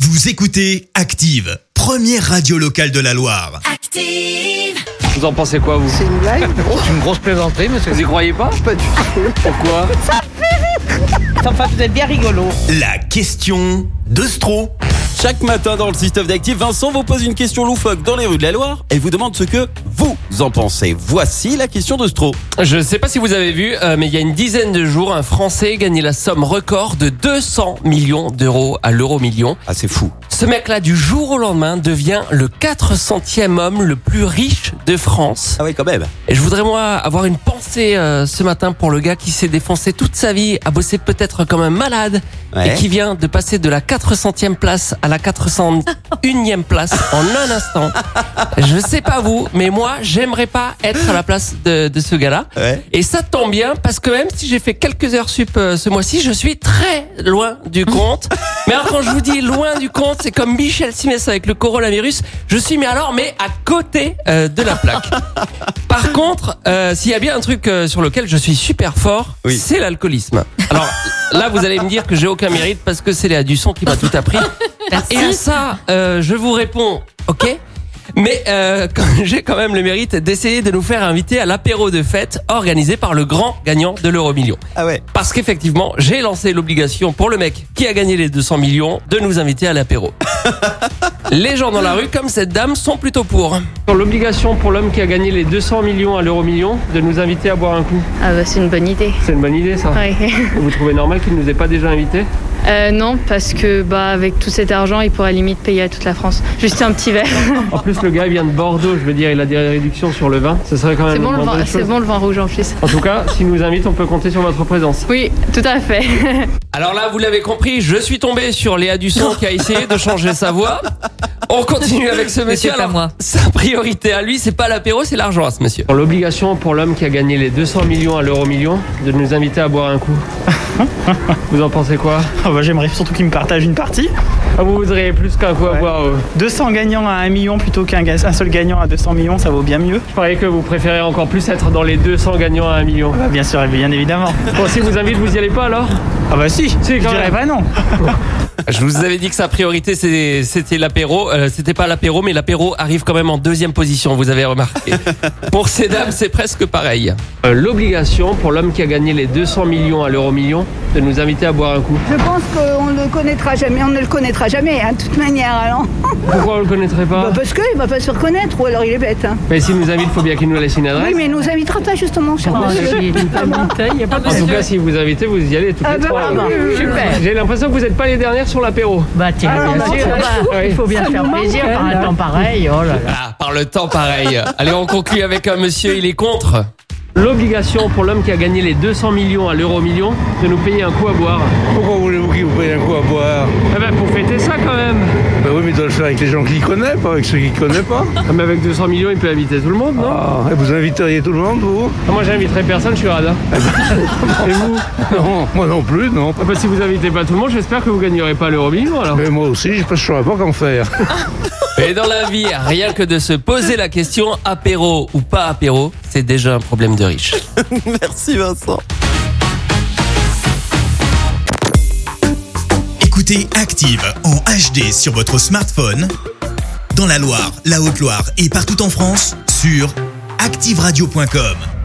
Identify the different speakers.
Speaker 1: Vous écoutez Active, première radio locale de la Loire.
Speaker 2: Active.
Speaker 3: Vous en pensez quoi, vous
Speaker 4: C'est une blague
Speaker 3: C'est une grosse plaisanterie, monsieur. Vous y croyez pas
Speaker 4: Pas du tout.
Speaker 3: Pourquoi
Speaker 4: Enfin, vous êtes bien rigolo.
Speaker 1: La question de Stro.
Speaker 5: Chaque matin dans le système d'actifs, Vincent vous pose une question loufoque dans les rues de la Loire et vous demande ce que vous en pensez. Voici la question de Stro.
Speaker 6: Je ne sais pas si vous avez vu, euh, mais il y a une dizaine de jours, un Français gagnait la somme record de 200 millions d'euros à l'euro million.
Speaker 5: Ah, c'est fou.
Speaker 6: Ce mec-là, du jour au lendemain, devient le 400e homme le plus riche de France.
Speaker 5: Ah oui, quand même.
Speaker 6: Et je voudrais, moi, avoir une pensée euh, ce matin pour le gars qui s'est défoncé toute sa vie, a bossé peut-être comme un malade,
Speaker 5: Ouais.
Speaker 6: et qui vient de passer de la 400e place à la 401e place en un instant. Je ne sais pas vous, mais moi, j'aimerais pas être à la place de, de ce gars-là.
Speaker 5: Ouais.
Speaker 6: Et ça tombe bien parce que même si j'ai fait quelques heures sup euh, ce mois-ci, je suis très loin du compte. mais alors quand je vous dis loin du compte, c'est comme Michel Simès avec le coronavirus. Je suis mais alors mais à côté euh, de la plaque. Par contre, euh, s'il y a bien un truc euh, sur lequel je suis super fort,
Speaker 5: Oui.
Speaker 6: c'est l'alcoolisme. Alors là, vous allez me dire que j'ai aucun mérite parce que c'est Léa Dusson qui m'a tout appris. Et à ça, euh, je vous réponds, ok. Mais euh, quand- j'ai quand même le mérite d'essayer de nous faire inviter à l'apéro de fête organisé par le grand gagnant de l'euro million.
Speaker 5: Ah ouais.
Speaker 6: Parce qu'effectivement, j'ai lancé l'obligation pour le mec qui a gagné les 200 millions de nous inviter à l'apéro. les gens dans la rue, comme cette dame, sont plutôt pour. L'obligation pour l'homme qui a gagné les 200 millions à l'euro million de nous inviter à boire un coup.
Speaker 7: Ah bah c'est une bonne idée.
Speaker 6: C'est une bonne idée ça.
Speaker 7: Ouais.
Speaker 6: Vous trouvez normal qu'il ne nous ait pas déjà invités
Speaker 7: Euh, non, parce que bah avec tout cet argent, il pourrait limite payer à toute la France. Juste un petit verre.
Speaker 6: En plus, le gars vient de Bordeaux, je veux dire, il a des réductions sur le vin. Ce serait quand
Speaker 7: C'est bon, le vin- c'est bon le vin rouge en plus.
Speaker 6: En tout cas, s'il nous invite, on peut compter sur votre présence.
Speaker 7: Oui, tout à fait.
Speaker 6: Alors là, vous l'avez compris, je suis tombé sur Léa Dusson qui a essayé de changer sa voix. On continue avec ce monsieur. Alors, Sa priorité à lui, c'est pas l'apéro, c'est l'argent à ce monsieur.
Speaker 8: L'obligation pour l'homme qui a gagné les 200 millions à l'euro million de nous inviter à boire un coup. vous en pensez quoi
Speaker 9: Ah bah, J'aimerais surtout qu'ils me partagent une partie.
Speaker 8: ah, Vous voudriez plus qu'un coup à
Speaker 9: Ouais.
Speaker 8: boire. euh.
Speaker 9: 200 gagnants à 1 million plutôt qu'un ga- un seul gagnant à 200 millions, ça vaut bien mieux.
Speaker 8: Je parie que vous préférez encore plus être dans les 200 gagnants à 1 million.
Speaker 9: Bah, bien sûr, et bien évidemment.
Speaker 8: Bon, si vous invite, vous y allez pas alors
Speaker 9: Ah bah si, je
Speaker 8: quand
Speaker 9: dirais
Speaker 8: même.
Speaker 9: pas non.
Speaker 6: Je vous avais dit que sa priorité, c'est- c'était l'apéro. Euh, c'était pas l'apéro, mais l'apéro arrive quand même en deuxième position, vous avez remarqué. Pour ces dames, c'est presque pareil.
Speaker 8: Euh, L'obligation pour l'homme qui a gagné les 200 millions à l'euro million de nous inviter à boire un coup.
Speaker 10: Je pense qu'on ne le connaîtra jamais, on ne le connaîtra jamais, hein, de toute manière. Alors.
Speaker 8: Pourquoi on le connaîtrait pas
Speaker 10: Bah, parce qu'il ne va pas se reconnaître, ou alors il est bête. hein.
Speaker 8: Mais s'il nous invite, faut bien qu'il nous laisse une adresse.
Speaker 10: Oui, mais il nous invitera pas justement, cher monsieur.
Speaker 8: En tout cas, si vous invitez, vous y allez toutes
Speaker 10: Ah
Speaker 8: les
Speaker 10: bah,
Speaker 8: trois.
Speaker 10: ah bah, oui, oui, oui.
Speaker 8: J'ai l'impression que vous n'êtes pas les dernières sur l'apéro.
Speaker 10: Ah, non, non,
Speaker 8: Oui.
Speaker 4: bien
Speaker 10: faire plaisir par un temps
Speaker 4: pareil. Oh là là.
Speaker 6: Ah, par le temps, pareil. Allez, on conclut avec un monsieur, il est contre.
Speaker 8: L'obligation pour l'homme qui a gagné les 200 millions à l'euro million de nous payer un coup à boire.
Speaker 11: Pourquoi voulez-vous qu'il vous paye un coup à boire
Speaker 8: Eh ben, pour fêter ça quand même.
Speaker 11: Ben oui, mais il doit le faire avec les gens qu'il connaît, pas avec ceux qu'il connaît pas.
Speaker 8: Ah, Mais avec 200 millions, il peut inviter tout le monde, non
Speaker 11: Ah, et vous inviteriez tout le monde, vous
Speaker 8: Ah, Moi, j'inviterai personne, je suis radin. Et vous
Speaker 11: Non, moi non plus, non.
Speaker 8: Ah, bah, Si vous invitez pas tout le monde, j'espère que vous gagnerez pas l'euro million alors.
Speaker 11: Mais moi aussi, je ne saurais pas qu'en faire.
Speaker 6: Et dans la vie, rien que de se poser la question apéro ou pas apéro, c'est déjà un problème de riche.
Speaker 5: Merci Vincent.
Speaker 1: Écoutez Active en HD sur votre smartphone, dans la Loire, la Haute-Loire et partout en France, sur activeradio.com.